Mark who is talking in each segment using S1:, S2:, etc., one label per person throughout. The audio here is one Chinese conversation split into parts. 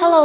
S1: Hello，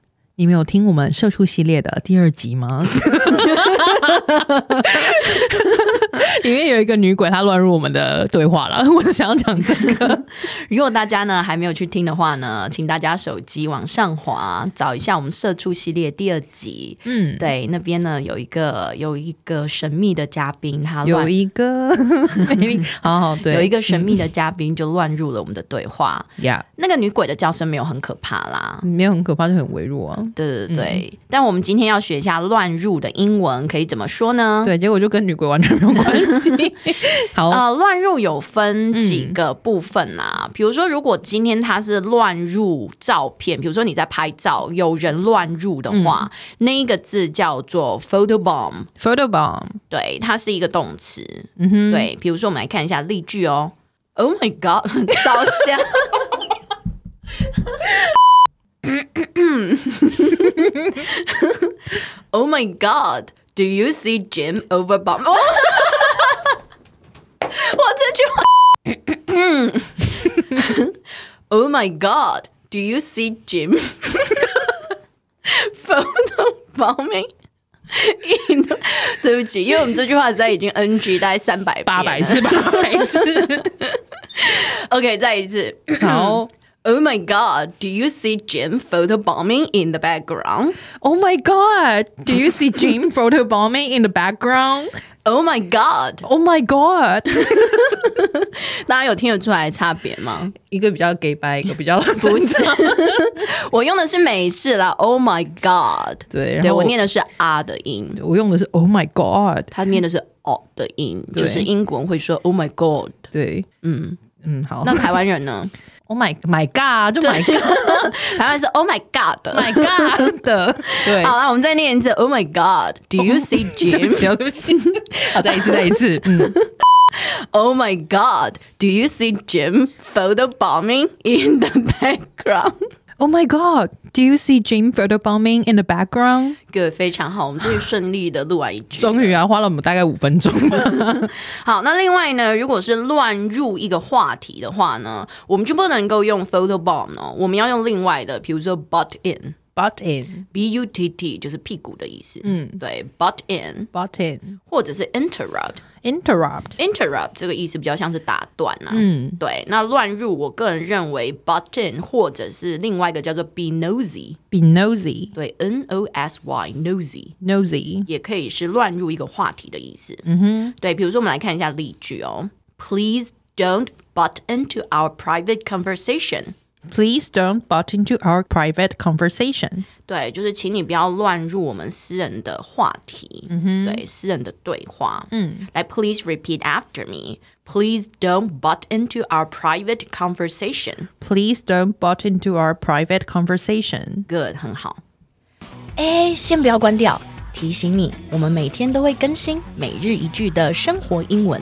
S2: 你们有听我们社畜系列的第二集吗？ 里面有一个女鬼，她乱入我们的对话了。 我只想要讲这个，
S1: 如果大家呢还没有去听的话呢，请大家手机往上滑，找一下我们社畜系列第二集。
S2: 嗯，
S1: 对，那边呢有一个有一个神秘的嘉宾，他
S2: 有
S1: 乱
S2: 一 个，好好对，
S1: 有一个神秘的嘉宾就乱入了我们的对话。
S2: 呀
S1: 那个女鬼的叫声没有很可怕啦。
S2: 没有很可怕，就很微弱啊。
S1: 对对对，但我们今天要学一下乱入的英文，可以怎么说呢？
S2: 对，结果就跟女鬼完全没有关系。 好，
S1: 呃，乱入有分几个部分啦、比如说，如果今天他是乱入照片，比如说你在拍照，有人乱入的话，
S2: 嗯
S1: 那一个字叫做 photo bomb，
S2: photo bomb，
S1: 对，它是一个动词。
S2: 嗯哼，
S1: 对，比如说我们来看一下例句哦。Oh my god，烧 香。oh my god, do you see Jim over bomb？我这句话。oh my god, do you see Jim photo bombing？对不起，因为我们这句话实在已经 NG 大概三百
S2: 八百次，八百次。
S1: OK，再一次。
S2: 好
S1: Oh my God! Do you see Jim photobombing in the background?
S2: Oh my god! Do you see Jim photo bombing in the background?
S1: Oh my God!
S2: Oh my god!
S1: 大家有听得出来差别吗？
S2: 一个比较 gay 白，一个比较
S1: 不
S2: 不
S1: 是，我用的是美式啦。Oh my God！
S2: 对，然
S1: 对
S2: 后
S1: 我念的是 R 的音，
S2: 我用的是 Oh my god。
S1: 他念的是 O 的音，
S2: 对
S1: 就是英国人会说 Oh my God。
S2: 对，
S1: 嗯，
S2: 嗯，好。
S1: 那台湾人呢？
S2: Oh my my god，就 my god
S1: 台湾是 Oh my God。
S2: my god 的，对。Oh
S1: 好啦，我们再念一次 Oh my God! Do you see
S2: 对不
S1: Jim?
S2: 起，对不起。好，再一次，再一 次。嗯，
S1: Oh my god, do you see Jim photo bombing in the background?
S2: Oh my God, do you see Jim photo bombing in the background？
S1: 各位非常好，我们终于顺利的录完一句。
S2: 终于啊，花了我们大概五分钟。
S1: 好，那另外呢，如果是乱入一个话题的话呢，我们就不能够用 photo bomb 哦，我们要用另外的，比如说 butt in。
S2: Butt in,
S1: B U T T 就是屁股的意思，嗯
S2: 嗯，
S1: 对，butt in
S2: butt in,
S1: 或者是 interrupt，
S2: interrupt.
S1: interrupt 这个意思比较像是打断啊。嗯
S2: 嗯，
S1: 对。那乱入，我个人认为 button 或者是另外一个叫做 be nosy，
S2: Be nosy,
S1: 对，n o s y nosy
S2: nosy.
S1: 也可以是乱入一个话题的意思。嗯哼，对。比如说，我们来看一下例句哦，Please don't butt into our private conversation。
S2: Please don't butt into our private conversation.
S1: 对，就是请你不要乱入我们私人的话题，对，私人的对话。嗯，来，Please repeat after me. Please don't butt into our private conversation.
S2: Please don't butt into our private conversation.
S1: Good，很好。哎，先不要关掉，提醒你，我们每天都会更新每日一句的生活英文，